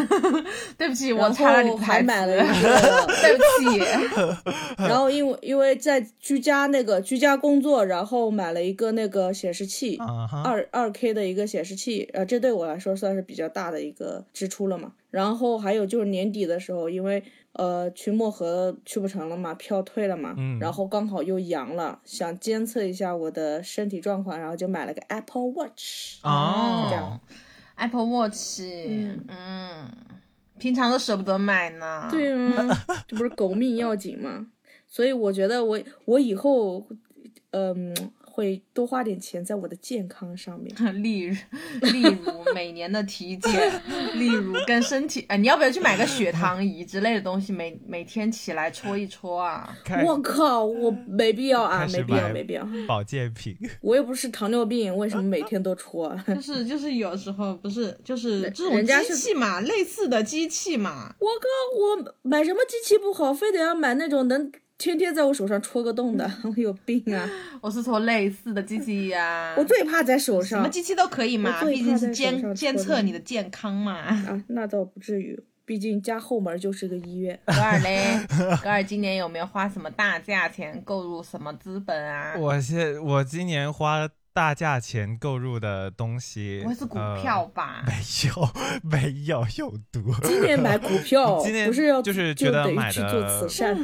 Speaker 3: 对不起，我
Speaker 2: 然
Speaker 3: 插了你
Speaker 2: 后
Speaker 3: 的台
Speaker 2: 还
Speaker 3: 词
Speaker 2: 买 了一个，
Speaker 3: 对不起。
Speaker 1: 嗯
Speaker 2: 然后因为因为在居家那个居家工作，然后买了一个那个显示器，
Speaker 1: 啊哈，
Speaker 2: 二二 K 的一个显示器，呃，这对我来说算是比较大的一个支出了嘛。然后还有就是年底的时候，因为呃去漠河去不成了嘛，票退了嘛，
Speaker 1: 嗯
Speaker 2: 然后刚好又阳了，想监测一下我的身体状况，然后就买了个 Apple Watch。这
Speaker 1: 哦
Speaker 2: 样，
Speaker 3: Apple Watch，
Speaker 2: 嗯
Speaker 3: 嗯平常都舍不得买呢。，
Speaker 2: 对啊，这不是狗命要紧吗？所以我觉得我我以后，嗯、会多花点钱在我的健康上面。
Speaker 3: 例如，例如每年的体检， 例如跟身体，哎，你要不要去买个血糖仪之类的东西，每每天起来戳一戳啊？
Speaker 1: 开
Speaker 2: 我靠，我没必要啊
Speaker 1: 开，始
Speaker 2: 没必要，
Speaker 1: 买
Speaker 2: 没必要。
Speaker 1: 保健品，
Speaker 2: 我又不是糖尿病，为什么每天都戳 啊？
Speaker 3: 就是就是有时候不是就是这
Speaker 2: 人家
Speaker 3: 种机
Speaker 2: 是
Speaker 3: 器嘛，类似的机器嘛，
Speaker 2: 我靠，我买什么机器不好，非得要买那种能天天在我手上戳个洞的， 我有病啊！
Speaker 3: 我是说类似的机器呀、
Speaker 2: 我最怕在手
Speaker 3: 什么
Speaker 2: 上
Speaker 3: 机器都可以嘛，
Speaker 2: 我最
Speaker 3: 毕竟是
Speaker 2: 怕在手
Speaker 3: 监
Speaker 2: 上
Speaker 3: 监
Speaker 2: 戳
Speaker 3: 测
Speaker 2: 的
Speaker 3: 你的健康嘛。
Speaker 2: 啊，那倒不至于，毕竟家后门就是个医 院。
Speaker 3: 格尔 嘞，格尔今年有没有花什么大价钱购入什么资本啊？
Speaker 1: 我现我今年花大价钱购入的东西，
Speaker 3: 不会是股
Speaker 1: 呃
Speaker 3: 票吧？
Speaker 1: 没有，没有有毒。
Speaker 2: 今年买股票，
Speaker 1: 今年
Speaker 2: 不是要
Speaker 1: 就是觉
Speaker 2: 就
Speaker 1: 得
Speaker 2: 等于
Speaker 1: 买
Speaker 2: 去
Speaker 1: 的
Speaker 2: 做慈善，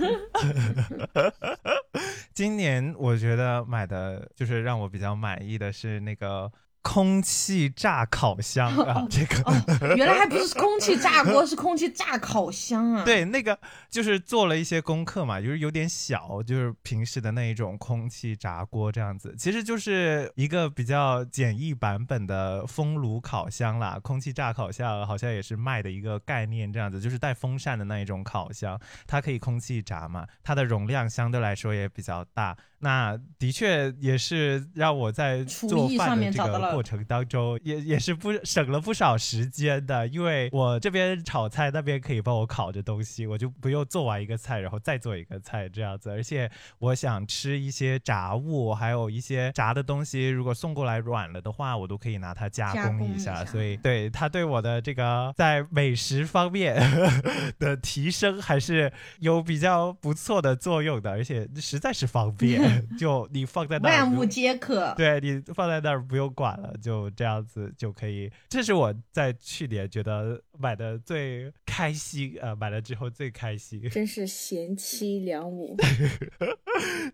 Speaker 1: 今年我觉得买的就是让我比较满意的是那个空气炸烤箱啊，这个、
Speaker 3: 原来还不是空气炸锅，是空气炸烤箱啊！，
Speaker 1: 对，那个就是做了一些功课嘛，就是有点小，就是平时的那一种空气炸锅这样子，其实就是一个比较简易版本的风炉烤箱啦。空气炸烤箱好像也是卖的一个概念，这样子就是带风扇的那一种烤箱，它可以空气炸嘛，它的容量相对来说也比较大。那的确也是让我在
Speaker 3: 厨
Speaker 1: 做
Speaker 3: 艺上
Speaker 1: 饭的
Speaker 3: 面
Speaker 1: 这
Speaker 3: 找到
Speaker 1: 个
Speaker 3: 了
Speaker 1: 过程当中，也也是不省了不少时间的，因为我这边炒菜，那边可以帮我烤着东西，我就不用做完一个菜，然后再做一个菜这样子。而且我想吃一些炸物，还有一些炸的东西，如果送过来软了的话，我都可以拿它加
Speaker 3: 加工
Speaker 1: 工一
Speaker 3: 一下
Speaker 1: 下。所以对它对我的这个在美食方面 的提升还是有比较不错的作用的，而且实在是方 便，就你放在那儿
Speaker 3: 万
Speaker 1: 不
Speaker 3: 物皆 可。
Speaker 1: 对你放在那儿不用管了，就这样子就可以。这是我在去年觉得买的最开心，呃，买了之后最开心，
Speaker 2: 真是贤妻良母，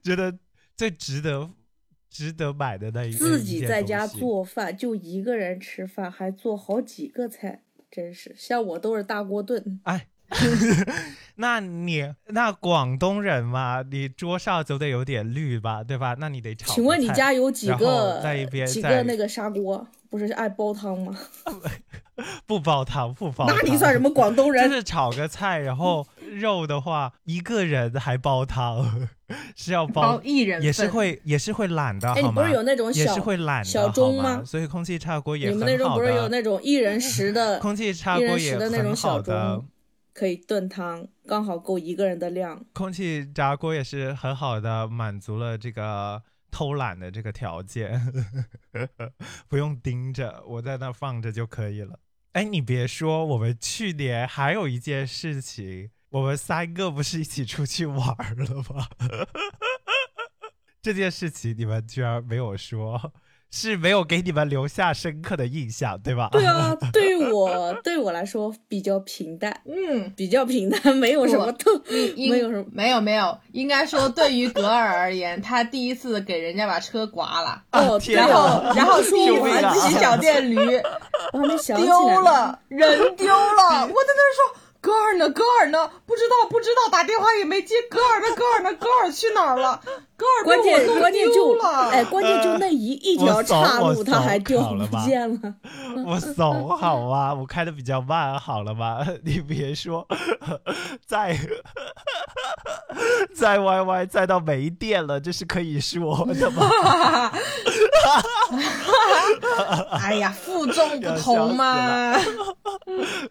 Speaker 1: 觉得最值得值得买的那一
Speaker 2: 自己在家。
Speaker 1: 一件东西
Speaker 2: 做饭，就一个人吃饭，还做好几个菜，真是像我都是大锅炖。
Speaker 1: 哎， 那你那广东人嘛，你桌上总得有点绿吧，对吧？那你得炒个菜。
Speaker 2: 请问你家有几
Speaker 1: 然
Speaker 2: 个
Speaker 1: 后在一边
Speaker 2: 几
Speaker 1: 再
Speaker 2: 个那个砂锅？不是爱煲汤吗？
Speaker 1: 不煲汤不煲汤？
Speaker 2: 那你算什么广东
Speaker 1: 就
Speaker 2: 人？
Speaker 1: 是炒个菜，然后肉的话，一个人还煲汤， 是要煲
Speaker 3: 包一人份
Speaker 1: 也是会也是会懒的，
Speaker 2: 哎，你
Speaker 1: 好
Speaker 2: 不
Speaker 1: 吗？
Speaker 2: 是有那种
Speaker 1: 也
Speaker 2: 小
Speaker 1: 是会懒的，
Speaker 2: 小钟
Speaker 1: 好吗？
Speaker 2: 吗？
Speaker 1: 所以空气炸锅也
Speaker 2: 你
Speaker 1: 很好
Speaker 2: 们
Speaker 1: 的。
Speaker 2: 那种不是有那种一人食 的
Speaker 1: 空气炸
Speaker 2: 一
Speaker 1: 锅
Speaker 2: 人
Speaker 1: 也
Speaker 2: 食的那
Speaker 1: 很
Speaker 2: 种
Speaker 1: 好
Speaker 2: 小
Speaker 1: 的
Speaker 2: 钟，，可以炖汤，刚好够一个人的量。
Speaker 1: 空气炸锅也是很好的满足了这个偷懒的这个条件， 不用盯着，我在那放着就可以了。哎，你别说，我们去年还有一件事情，我们三个不是一起出去玩儿了吗？ 这件事情你们居然没有说，是没有给你们留下深刻的印象，对吧？
Speaker 2: 对啊，对于我对我来说比较平淡，
Speaker 3: 嗯，
Speaker 2: 比较平淡，没有什么特，
Speaker 3: 应
Speaker 2: 没有什么。
Speaker 3: 没有没有，应该说对于格尔而言，他第一次给人家把车 刮了，
Speaker 2: 哦，对
Speaker 1: 天
Speaker 3: 然
Speaker 1: 哪
Speaker 3: 后
Speaker 2: 啊，
Speaker 3: 然 后第一
Speaker 1: 救命啊
Speaker 3: 次骑小电驴
Speaker 2: 我还没想起来
Speaker 3: 丢
Speaker 2: 呢，
Speaker 3: 了，人丢了，我在那儿说。格尔呢？格尔呢？不知道，不知道，打电话也没接。格尔呢？格尔呢？格尔去哪儿了？格尔
Speaker 2: 关
Speaker 3: 被我
Speaker 2: 键
Speaker 3: 弄
Speaker 2: 关键
Speaker 3: 丢
Speaker 2: 就
Speaker 3: 了。
Speaker 2: 哎，关键就那一一条岔
Speaker 1: 我
Speaker 2: 路，
Speaker 1: 怂
Speaker 2: 他还掉
Speaker 1: 我怂好了
Speaker 2: 不
Speaker 1: 吧
Speaker 2: 见了。
Speaker 1: 我怂好吗？我开的比较慢好了吗？ 你别说， 再再歪歪再到没电了，这是可以说的吗？
Speaker 3: 哎呀，负重不同嘛，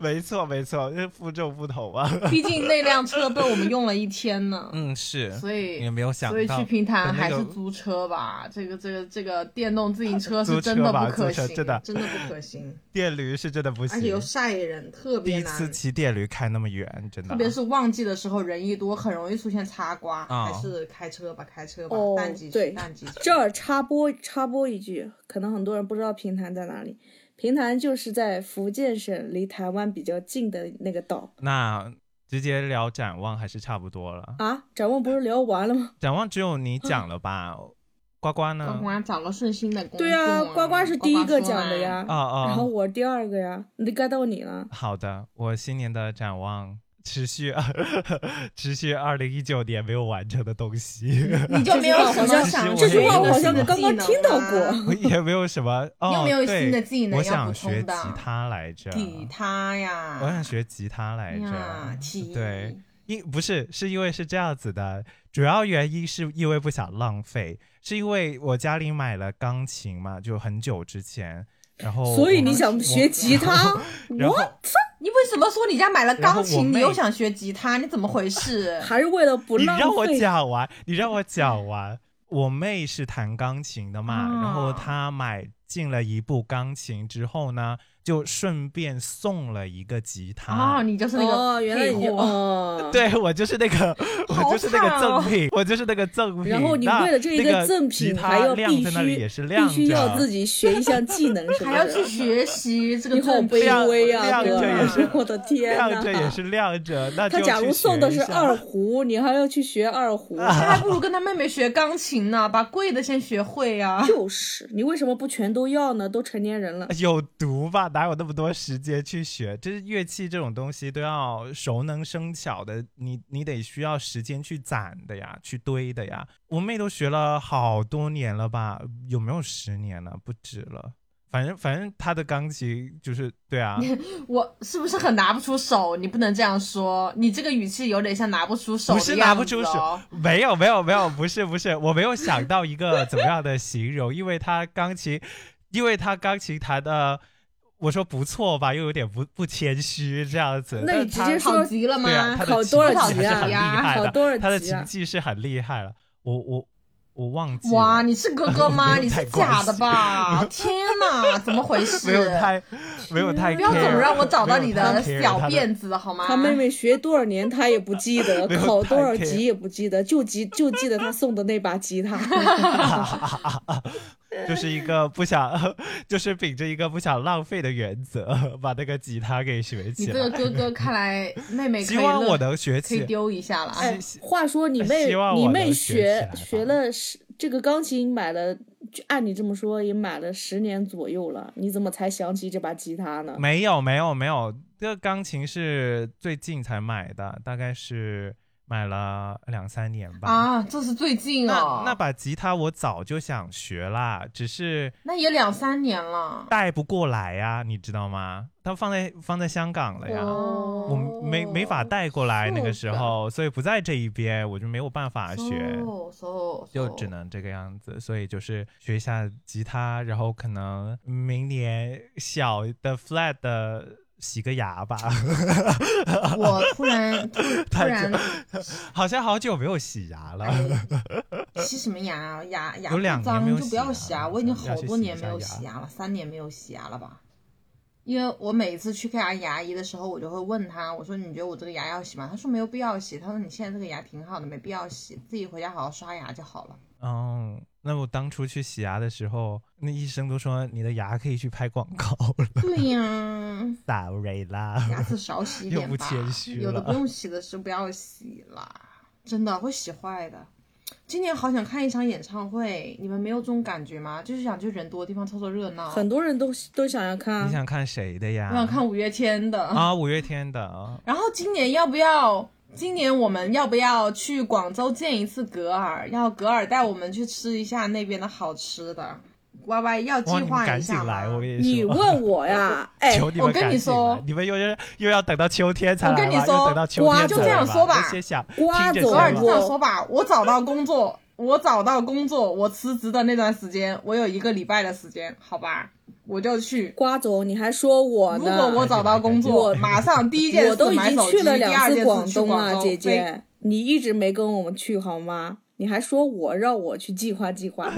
Speaker 1: 没错没错，这负重不同啊。
Speaker 3: 毕竟那辆车被我们用了一天呢，
Speaker 1: 嗯，是
Speaker 3: 所以
Speaker 1: 也没有想到
Speaker 3: 所以去平潭还
Speaker 1: 那
Speaker 3: 是
Speaker 1: 个
Speaker 3: 租车吧。这个这个这个电动自行车
Speaker 1: 租
Speaker 3: 是
Speaker 1: 车
Speaker 3: 真的
Speaker 1: 吧
Speaker 3: 不可
Speaker 1: 租车
Speaker 3: 行，
Speaker 1: 真的
Speaker 3: 不可行，
Speaker 1: 电驴是真的 不
Speaker 3: 而且又
Speaker 1: 行，
Speaker 3: 晒人，特
Speaker 1: 第
Speaker 3: 别
Speaker 1: 一
Speaker 3: 难
Speaker 1: 次。骑电驴开那么远，真的。
Speaker 3: 特别是旺季的时候，人一多，很容易出现擦刮。
Speaker 1: 啊
Speaker 3: 还是开车吧，开车吧，
Speaker 2: 哦
Speaker 3: 淡季去，
Speaker 2: 对
Speaker 3: 淡季去。
Speaker 2: 这儿插播插播一句，可能很多人不知道平潭在哪里。平潭就是在福建省离台湾比较近的那个岛
Speaker 1: 那直接聊展望还是差不多了。
Speaker 2: 啊。展望不是聊完了吗？
Speaker 1: 展望只有你讲了吧？呱呱呢？
Speaker 3: 嗯呱呱找了顺心的工作、
Speaker 2: 对啊，呱呱是第一个讲的 呀，
Speaker 1: 哦哦
Speaker 2: 然后我第二个呀，那该到你了。
Speaker 1: 好的，我新年的展望持续二 持续二零一九年没有完成的东西，
Speaker 3: 你就没有什么
Speaker 1: 我
Speaker 3: 想
Speaker 2: 这句话
Speaker 1: 我
Speaker 2: 我好像
Speaker 1: 有
Speaker 2: 刚刚听到
Speaker 3: 啊
Speaker 2: 过。
Speaker 1: 我也没有什么哦。
Speaker 3: 你有没有
Speaker 1: 对
Speaker 3: 新的技能
Speaker 1: 我
Speaker 3: 要
Speaker 1: 想
Speaker 3: 补
Speaker 1: 学
Speaker 3: 充
Speaker 1: 吉
Speaker 3: 的
Speaker 1: 他来着，
Speaker 3: 吉他
Speaker 1: 我想
Speaker 3: 呀，
Speaker 1: 学吉他来
Speaker 3: 呀
Speaker 1: 着，，
Speaker 3: 奇
Speaker 1: 对，因不是是因为是这样子的，主要原因是因为不想浪费，是因为我家里买了钢琴嘛，就很久之前，然后
Speaker 2: 所以
Speaker 1: 哦我
Speaker 2: 你
Speaker 1: 妈
Speaker 2: 想学吉他？
Speaker 1: 然后
Speaker 2: 我
Speaker 3: 你为什么说你家买了
Speaker 1: 然后我
Speaker 3: 钢琴，
Speaker 1: 妹
Speaker 3: 你又想学吉他？你怎么回 事？
Speaker 2: 还是为了不
Speaker 1: 你
Speaker 2: 浪
Speaker 1: 让我
Speaker 2: 费。
Speaker 1: 讲完，你让我讲 完。我妹是弹钢琴的嘛，
Speaker 2: 啊
Speaker 1: 然后她买进了一部钢琴之后呢，就顺便送了一个吉他。
Speaker 3: 哦，你就是那个
Speaker 2: 哦，原来你
Speaker 3: 配
Speaker 2: 就
Speaker 3: 货
Speaker 2: 哦，
Speaker 1: 对我就是那 个，我就是那个赠品，我就是那个赠品。
Speaker 2: 然后你
Speaker 1: 那
Speaker 2: 为了这一
Speaker 1: 那
Speaker 2: 个
Speaker 1: 个
Speaker 2: 赠
Speaker 1: 吉
Speaker 2: 品，
Speaker 1: 他
Speaker 2: 还要
Speaker 1: 晾
Speaker 2: 必
Speaker 1: 在那里也是
Speaker 2: 须必
Speaker 1: 晾
Speaker 2: 须要
Speaker 1: 着
Speaker 2: 自己学一项技能什么的，
Speaker 3: 还要去学习这个
Speaker 2: 你好
Speaker 3: 正
Speaker 2: 卑
Speaker 3: 品
Speaker 1: 晾
Speaker 2: 微啊，
Speaker 1: 晾
Speaker 2: 哥！
Speaker 1: 着也 是
Speaker 2: 我的天
Speaker 1: 晾着也
Speaker 2: 呐！
Speaker 1: 是晾着。那
Speaker 2: 他
Speaker 1: 就
Speaker 2: 假
Speaker 1: 去
Speaker 2: 如送的
Speaker 1: 学一
Speaker 2: 是
Speaker 1: 下啊
Speaker 2: 二胡，你还要去学二胡，
Speaker 3: 他还不如跟他妹妹学钢琴呢，把贵的先学会啊。
Speaker 2: 就是你为什么不全都要呢？都成年人了，
Speaker 1: 有毒吧？哪有那么多时间去学？这乐器这种东西都要熟能生巧的，你你得需要时间去攒的呀，去堆的呀。我妹都学了好多年了吧？有没有十年了？不止了。反正反正她的钢琴就是对啊，
Speaker 3: 我是不是很拿不出手？你不能这样说，你这个语气有点像拿不出手、
Speaker 1: 不是拿不出
Speaker 2: 哦
Speaker 3: 哦
Speaker 1: 手，，没有没有没有，不是不是，我没有想到一个怎么样的形容，因为他钢琴，因为他钢琴弹的，我说不错吧，又有点不不谦虚这样子。
Speaker 2: 那你
Speaker 1: 但
Speaker 2: 直
Speaker 1: 他
Speaker 2: 接
Speaker 3: 考
Speaker 2: 说
Speaker 3: 级了吗？
Speaker 1: 对啊，他
Speaker 2: 考
Speaker 1: 的
Speaker 2: 多
Speaker 1: 琴
Speaker 2: 少
Speaker 1: 技还是
Speaker 2: 级啊
Speaker 1: 很厉
Speaker 3: 呀
Speaker 1: 害
Speaker 2: 考
Speaker 1: 的，
Speaker 2: 多少
Speaker 1: 他的
Speaker 2: 级
Speaker 1: 琴
Speaker 2: 啊
Speaker 1: 技是很厉害了。我我我忘记
Speaker 3: 哇，
Speaker 1: 了
Speaker 3: 你是哥哥
Speaker 1: 没
Speaker 3: 吗？
Speaker 1: 有
Speaker 3: 你
Speaker 1: 太
Speaker 3: 是
Speaker 1: 关
Speaker 3: 假
Speaker 1: 系
Speaker 3: 的 吧？天哪，怎么回事？
Speaker 1: 没有太没有太 care，
Speaker 3: 不要总让我找到
Speaker 1: 没
Speaker 3: 你
Speaker 1: 有
Speaker 3: 的
Speaker 1: 太 care，
Speaker 3: 小
Speaker 1: 他的
Speaker 3: 辫子好吗？
Speaker 2: 他妹妹学多少年，他也不记 得
Speaker 1: 没，有
Speaker 2: 考多少
Speaker 1: 太 care
Speaker 2: 级也不记得，就记就记得他送的那把吉他。
Speaker 1: 就是一个不想，就是秉着一个不想浪费的原则，把那个吉他给学
Speaker 3: 你
Speaker 1: 起
Speaker 3: 这
Speaker 1: 来
Speaker 3: 个。哥哥看来 妹妹可以
Speaker 1: 希望
Speaker 3: 乐
Speaker 1: 我能学
Speaker 3: 可
Speaker 1: 起
Speaker 3: 以丢一下了。
Speaker 2: 哎，话说你妹
Speaker 1: 呃希望我
Speaker 2: 你妹
Speaker 1: 能学
Speaker 2: 学
Speaker 1: 起来吧
Speaker 2: 学了十这个钢琴买了，就按你这么说也买了十年左右了，你怎么才想起这把吉他呢？
Speaker 1: 没有没有没有，这个钢琴是最近才买的，大概是买了两三年吧。
Speaker 3: 啊，这是最近哦
Speaker 1: 那，那把吉他我早就想学啦，只是
Speaker 3: 那也两三年了。
Speaker 1: 带不过来呀、你知道吗？它放在放在香港了呀，
Speaker 3: 哦啊
Speaker 1: 我没没法带过来那个时候，所以不在这一边，我就没有办法学。
Speaker 3: So- so-
Speaker 1: 就
Speaker 3: so-
Speaker 1: 只能这个样子，所以就是学一下吉他，然后可能明年小的 flat 的洗个牙吧，
Speaker 3: 我突然突突
Speaker 1: 太
Speaker 3: 然
Speaker 1: 好像好久没有洗牙了。
Speaker 3: 哎洗什么牙啊？牙牙
Speaker 1: 有两
Speaker 3: 不
Speaker 1: 年没
Speaker 3: 脏
Speaker 1: 有
Speaker 3: 就
Speaker 1: 洗
Speaker 3: 不要啊
Speaker 1: 牙了
Speaker 3: 我已经好
Speaker 1: 要去
Speaker 3: 多
Speaker 1: 洗
Speaker 3: 年
Speaker 1: 一
Speaker 3: 没有
Speaker 1: 下牙
Speaker 3: 洗牙了，三年没有洗牙了吧？因为我每次去看牙医的时候，我就会问他，我说你觉得我这个牙要洗吗？他说没有必要洗，他说你现在这个牙挺好的，没必要洗，自己回家好好刷牙就好了。
Speaker 1: 嗯，那我当初去洗牙的时候，那医生都说你的牙可以去拍广告了
Speaker 3: 对呀、
Speaker 1: ，sorry 啦。
Speaker 3: 牙齿少洗一
Speaker 1: 又
Speaker 3: 点
Speaker 1: 不
Speaker 3: 吧
Speaker 1: 谦虚，
Speaker 3: 有的
Speaker 1: 了
Speaker 3: 不用洗的是不要洗啦，真的会洗坏的。今年好想看一场演唱会，你们没有这种感觉吗？就是想去人多的地方凑凑热闹。
Speaker 2: 很多人都都想要看
Speaker 1: 你
Speaker 2: 啊，
Speaker 1: 想看谁的呀？
Speaker 3: 我嗯想看五月天的。
Speaker 1: 啊，五月天的啊。
Speaker 3: 然后今年要不要？今年我们要不要去广州见一次格尔？要格尔带我们去吃一下那边的好吃的。Y Y 要计
Speaker 1: 哇，你们
Speaker 3: 划一
Speaker 1: 赶
Speaker 3: 下
Speaker 1: 紧
Speaker 3: 吗
Speaker 1: 来，我跟
Speaker 2: 你
Speaker 1: 说。
Speaker 2: 问我呀，哎，
Speaker 1: 求你
Speaker 3: 我
Speaker 1: 们
Speaker 3: 跟
Speaker 1: 赶
Speaker 3: 你
Speaker 1: 紧
Speaker 3: 说
Speaker 1: 来你们又又又要等到秋天才
Speaker 3: 我
Speaker 1: 来
Speaker 3: 跟你
Speaker 1: 吧又
Speaker 3: 说
Speaker 1: 等到秋
Speaker 2: 瓜
Speaker 1: 天
Speaker 2: 就
Speaker 1: 才
Speaker 2: 这
Speaker 1: 来哎
Speaker 2: 样
Speaker 1: 吧
Speaker 3: 说吧
Speaker 1: 先想
Speaker 2: 瓜
Speaker 1: 啊听着
Speaker 2: 总
Speaker 3: 格
Speaker 1: 先
Speaker 3: 尔
Speaker 1: 吧
Speaker 3: 这样说吧，我找到工作，我找到工作，我辞职的那段时间，我有一个礼拜的时间，好吧，我就去。
Speaker 2: 瓜总，你还说我
Speaker 3: 如
Speaker 2: 呢？
Speaker 3: 果我找到工作，
Speaker 1: 我
Speaker 3: 马上第一件
Speaker 2: 我都
Speaker 3: 事
Speaker 2: 已
Speaker 3: 买
Speaker 2: 经
Speaker 3: 手
Speaker 2: 去
Speaker 3: 机，
Speaker 2: 了
Speaker 3: 第
Speaker 2: 两
Speaker 3: 二
Speaker 2: 次
Speaker 3: 件事
Speaker 2: 广
Speaker 3: 去
Speaker 2: 东了，
Speaker 3: 广州
Speaker 2: 姐。
Speaker 3: 飞
Speaker 2: 姐，你一直没跟我们去好吗？你还说我让我去计划计划，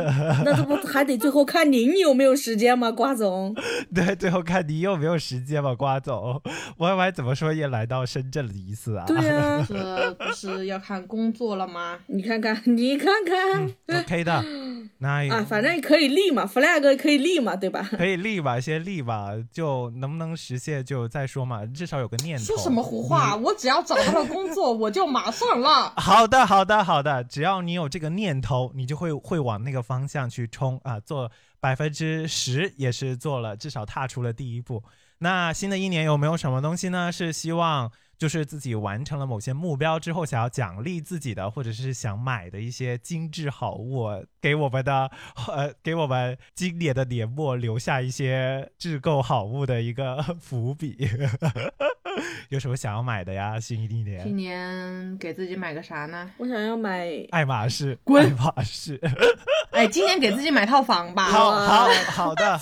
Speaker 2: 那这不还得最后看您有没有时间吗？瓜总，
Speaker 1: 对，最后看你有没有时间吧，瓜总。 歪歪怎么说也来到深圳了一次啊。
Speaker 2: 对啊，
Speaker 3: 这不是要看工作了吗？
Speaker 2: 你看看，你看看，
Speaker 1: OK 的，那也
Speaker 2: 啊，反正可以立嘛，flag 可以立嘛，对吧？
Speaker 1: 可以立吧，先立吧，就能不能实现就再说嘛，至少有个念头。
Speaker 3: 说什么胡话？我只要找到了工作， 我就马上了。
Speaker 1: 好的，好的，好的，只要你有这个念头，你就会会往那个方向去冲啊，做百分之十也是做了，至少踏出了第一步。那新的一年有没有什么东西呢？是希望就是自己完成了某些目标之后，想要奖励自己的，或者是想买的一些精致好物，给我们的呃，给我们今年的年末留下一些制购好物的一个伏笔。 有什么想要买的哎呀？新一年，
Speaker 3: 今年给自己买个啥呢？
Speaker 2: 我想要买
Speaker 1: 爱马仕，
Speaker 3: 滚
Speaker 1: 爱马仕。
Speaker 3: 哎，今年给自己买套房吧。
Speaker 1: 好好好的，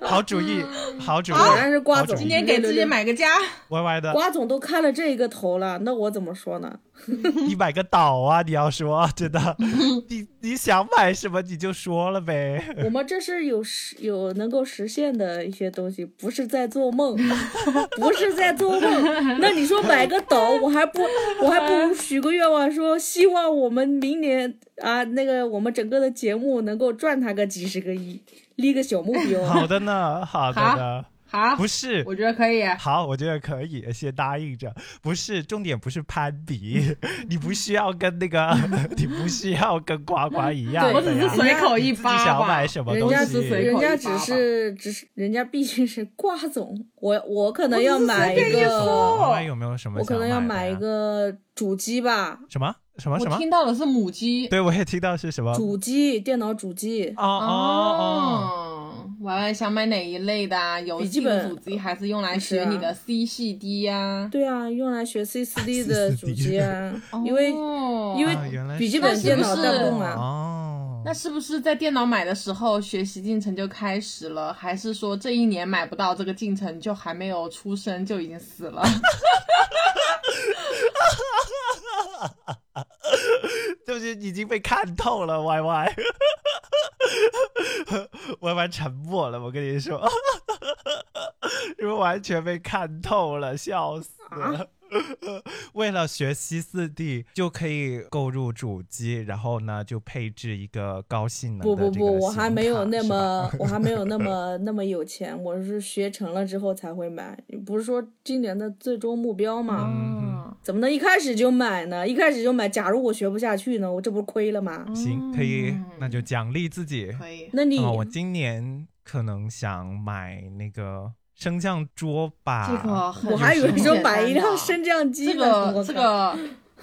Speaker 1: 好主意，好主意。
Speaker 2: 果然是瓜
Speaker 1: 好主
Speaker 2: 总
Speaker 1: 意
Speaker 3: 今年给自己买个家，
Speaker 1: 歪歪的，
Speaker 2: 瓜总都开了这个头了，那我怎么说呢？
Speaker 1: 你买个岛啊！你要说 真的，你你想买什么你就说了呗。
Speaker 2: 我们这是有实有能够实现的一些东西，不是在做梦， 不是在 做梦。那你说买个岛，我还不我还不如许个愿望，说希望我们明年啊，那个我们整个的节目能够赚他个几十个亿，立个小目标。
Speaker 1: 好的呢，好的呢，
Speaker 3: 好，
Speaker 1: 不是。
Speaker 3: 我觉得可以。啊
Speaker 1: 好，我觉得可以，先答应着。不是，重点不是攀比，你不需要跟那个，你不需要跟呱呱一样
Speaker 2: 对
Speaker 3: 我
Speaker 1: 的
Speaker 3: 只
Speaker 1: 哎呀。
Speaker 3: 是随口一
Speaker 1: 你自己
Speaker 3: 扒
Speaker 1: 想
Speaker 3: 吧
Speaker 1: 买。什么
Speaker 2: 人
Speaker 1: 东
Speaker 2: 家
Speaker 3: 是
Speaker 1: 西？
Speaker 3: 随
Speaker 2: 人
Speaker 3: 口
Speaker 2: 家
Speaker 3: 一
Speaker 2: 只
Speaker 3: 发吧
Speaker 2: 是只是人家毕竟是瓜总，我我可能
Speaker 3: 我只
Speaker 2: 要
Speaker 3: 是随
Speaker 2: 买一
Speaker 3: 便一
Speaker 2: 个
Speaker 3: 说，
Speaker 1: 歪歪有没有什么
Speaker 2: 我可
Speaker 1: 想的
Speaker 2: 能
Speaker 1: 呀？
Speaker 2: 要买一个主机吧，
Speaker 1: 什么什么什
Speaker 3: 我
Speaker 1: 么？
Speaker 3: 听到的是母鸡。
Speaker 1: 对，我也听到是什么？哦
Speaker 2: 主机电脑主机。
Speaker 1: 哦哦。
Speaker 3: 哦，玩玩想买哪一类的啊？游
Speaker 2: 笔记
Speaker 3: 戏
Speaker 2: 本
Speaker 3: 的主机还是用来
Speaker 2: 是
Speaker 3: 学
Speaker 2: 啊
Speaker 3: 你的 C 系 D 呀？
Speaker 2: 对啊，用来学 C 4 D 的主机啊，因为
Speaker 3: 哦
Speaker 2: 因为
Speaker 1: 啊原来
Speaker 2: 笔
Speaker 1: 是
Speaker 2: 记本
Speaker 1: 这样
Speaker 2: 电脑带不动啊。
Speaker 1: 哦，
Speaker 3: 那是不是在电脑买的时候学习进程就开始了？还是说这一年买不到这个进程就还没有出生就已经死了？
Speaker 1: 就是已经被看透了，Y Y。Y Y 沉默了，我跟你说， 因为完全被看透了，笑死
Speaker 2: 啊
Speaker 1: 了。 为了学习四 D，就可以购入主机，然后呢就配置一个高性能的
Speaker 2: 不不
Speaker 1: 这
Speaker 2: 不，
Speaker 1: 个
Speaker 2: 我还
Speaker 1: 显
Speaker 2: 没有
Speaker 1: 卡
Speaker 2: 那
Speaker 1: 是吧
Speaker 2: 么，我还没有那 么那么有钱，我是学成了之后才会买，不是说今年的最终目标嘛？
Speaker 1: 嗯
Speaker 2: 怎么能一开始就买呢？一开始就买，假如我学不下去呢，我这不是亏了吗？
Speaker 1: 行，可以，那就
Speaker 3: 嗯
Speaker 1: 奖励自己。
Speaker 3: 可以。
Speaker 2: 那你
Speaker 1: 哦，我今年可能想买那个升降桌吧。
Speaker 3: 这个很
Speaker 2: 我还以为
Speaker 3: 很
Speaker 2: 说
Speaker 3: 简
Speaker 2: 买
Speaker 3: 单
Speaker 2: 一辆
Speaker 3: 的
Speaker 2: 升降机
Speaker 3: 这
Speaker 2: 呢，我
Speaker 3: 个这
Speaker 2: 靠
Speaker 3: 个，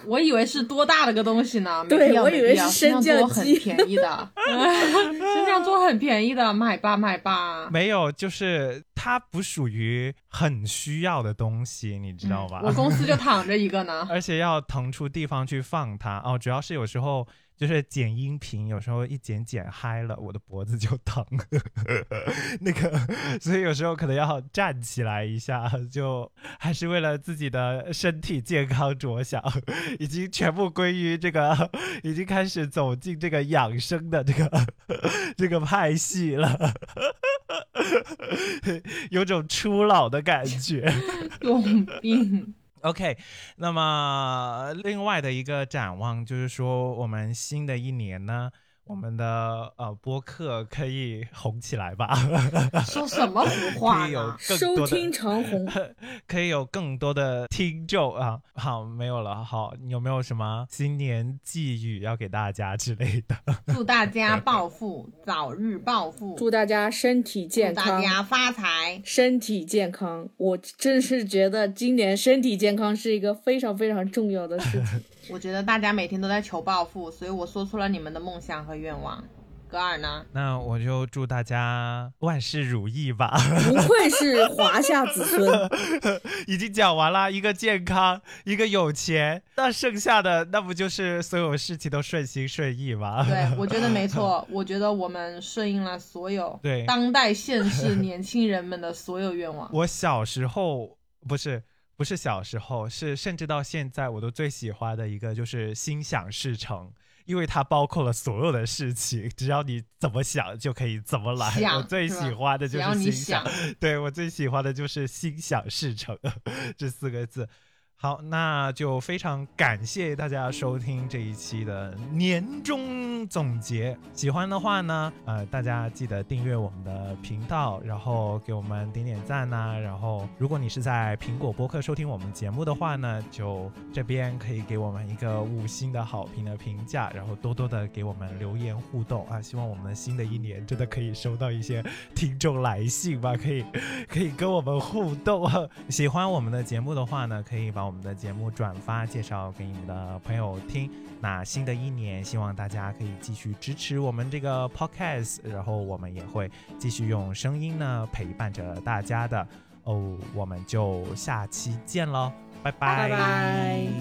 Speaker 3: 我以为是多大的个东西呢？没
Speaker 2: 对
Speaker 3: 必要
Speaker 2: 我以为
Speaker 3: 没必要
Speaker 2: 是升
Speaker 3: 降
Speaker 2: 降
Speaker 3: 桌
Speaker 2: 机
Speaker 3: 很 便宜的，升降桌很便宜的，买吧买吧。
Speaker 1: 没有，就是它不属于很需要的东西，你知
Speaker 2: 嗯
Speaker 1: 道吧？。
Speaker 3: 我公司就躺着一个呢
Speaker 1: 而且要腾出地方去放它。哦，主要是有时候就是剪音频，有时候一剪剪嗨了，我的脖子就疼。 那个，所以有时候可能要站起来一下，就还是为了自己的身体健康着想， 已经全部归于这个， 已经开始走进这个养生的这个 这个派系了， 有种初老的感觉。
Speaker 3: 有病。
Speaker 1: OK，那么另外的一个展望就是说，我们新的一年呢，我们的呃播客可以红起来吧，
Speaker 3: 说什么胡
Speaker 1: 可
Speaker 3: 话
Speaker 1: 以有
Speaker 3: 呢？
Speaker 1: 更
Speaker 2: 收
Speaker 1: 多
Speaker 2: 听
Speaker 1: 的，
Speaker 2: 长 虹，
Speaker 1: 可以有更多的听众啊。好，没有了。好，你有没有什么新年寄语要给大家之类的？
Speaker 3: 祝大家暴富，早日暴富，
Speaker 2: 祝大家身体健
Speaker 3: 祝
Speaker 2: 康，
Speaker 3: 大家发财。
Speaker 2: 身体健康。我真是觉得今年身体健康是一个非常非常重要的事 情。
Speaker 3: 我觉得大家每天都在求暴富，所以我说出了你们的梦想和愿望。格尔 呢？
Speaker 1: 那我就祝大家万事如意吧。
Speaker 2: 不愧是华夏子孙，
Speaker 1: 已经讲完了，一个健康，一个有钱，那剩下的那不就是所有事情都顺心顺意吗？
Speaker 3: 对，我觉得没错。我觉得我们顺应了所 有
Speaker 1: 对
Speaker 3: 当代现世年轻人们的所有愿望。
Speaker 1: 我小时候不是不是小时候，是甚至到现在我都最喜欢的一个就是心想事成。因为它包括了所有的事情，只要你怎么想就可以怎么来。
Speaker 3: 想
Speaker 1: 我最
Speaker 3: 是吧
Speaker 1: 喜欢的
Speaker 3: 只
Speaker 1: 就
Speaker 3: 要
Speaker 1: 是
Speaker 3: 你
Speaker 1: 心
Speaker 3: 想
Speaker 1: 想，，对我最喜欢的就是“心想事成”这四个字。好，那就非常感谢大家收听这一期的年终总结。喜欢的话呢，呃，大家记得订阅我们的频道，然后给我们点点赞呐、然后，如果你是在苹果播客收听我们节目的话呢，就这边可以给我们一个五星的好评的评价，然后多多的给我们留言互动啊。希望我们新的一年真的可以收到一些听众啊来信吧，可以可以跟我们互动。喜欢我们的节目的话呢，可以把我我们的节目转发介绍给你们的朋友听。那新的一年，希望大家可以继续支持我们这个 podcast，然后我们也会继续用声音呢陪伴着大家的。哦，我们就下期见喽，拜
Speaker 2: 拜拜。